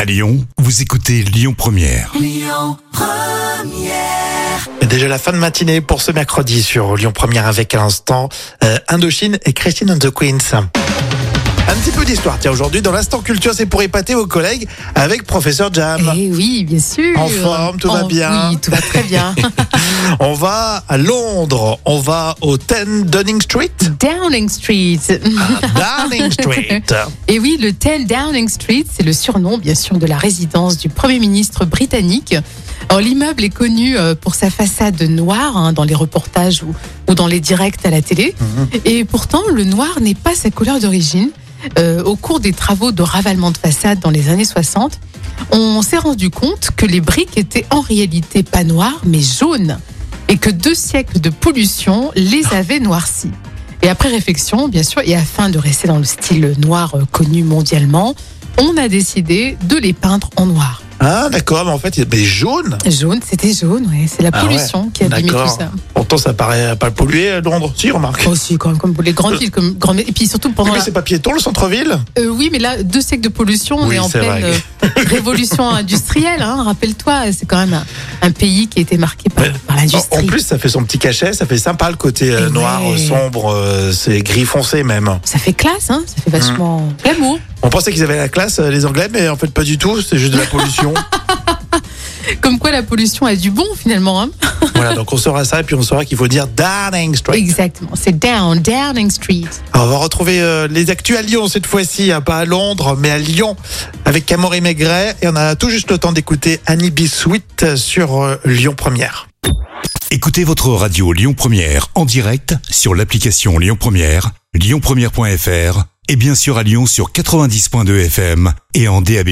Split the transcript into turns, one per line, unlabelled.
À Lyon, vous écoutez Lyon Première.
Déjà la fin de matinée pour ce mercredi sur Lyon Première avec à l'instant euh, Indochine et Christine and the Queens. Un petit peu d'histoire. Tiens, aujourd'hui, dans l'instant culture, c'est pour épater vos collègues avec professeur Jam.
Eh oui, bien sûr.
En forme, tout va
En-
bien.
Oui, tout va très bien.
On va à Londres. On va au 10 Downing Street.
Downing Street.
À Downing Street.
Et oui, le tel Downing Street, c'est le surnom, bien sûr, de la résidence du Premier ministre britannique. Alors, l'immeuble est connu euh, pour sa façade noire hein, dans les reportages ou, ou dans les directs à la télé. Et pourtant, le noir n'est pas sa couleur d'origine. Euh, au cours des travaux de ravalement de façade dans les années 60, on s'est rendu compte que les briques étaient en réalité pas noires, mais jaunes. Et que deux siècles de pollution les avaient noircies. Et après réflexion, bien sûr, et afin de rester dans le style noir euh, connu mondialement, on a décidé de les peindre en noir.
Ah, d'accord, mais en fait, il est jaune.
Jaune, c'était jaune, ouais. C'est la
Ah ouais,
pollution qui a abîmé tout
d'accord.
ça.
Pourtant, ça paraît pas pollué, euh, Londres. Si, remarque.
Aussi, quand même, comme pour les grandes villes, comme grandes- et puis surtout
Oui,
pendant.
Euh, mais
la-
c'est pas piéton, le centre-ville
Euh, oui, mais là, deux siècles de pollution, on
Oui,
est en
c'est
pleine
vrai.
euh, révolution industrielle. hein. Rappelle-toi, c'est quand même un, un pays qui a été marqué par, par
Euh, En- En
l'industrie.
plus, ça fait son petit cachet, ça fait sympa le côté euh,
Et
noir,
ouais.
euh, sombre, euh, c'est gris foncé même.
Ça fait classe, hein. Ça fait vachement
Mmh.
glamour.
On pensait qu'ils avaient la classe, euh, les Anglais, mais en fait pas du tout, c'est juste de la pollution.
Comme quoi, la pollution a du bon finalement. hein.
voilà, donc on saura ça et puis on saura qu'il faut dire Darling Street.
Exactement. C'est down, Downing Street.
Alors, on va retrouver euh, les actus à Lyon cette fois-ci, hein, pas à Londres, mais à Lyon, avec Camoré Maigret. Et on a tout juste le temps d'écouter Annie Biswitt sur euh, Lyon Première.
Écoutez votre radio Lyon Première en direct sur l'application Lyon Première, lyonpremière.fr et bien sûr à Lyon sur 90.2 FM et en DAB+.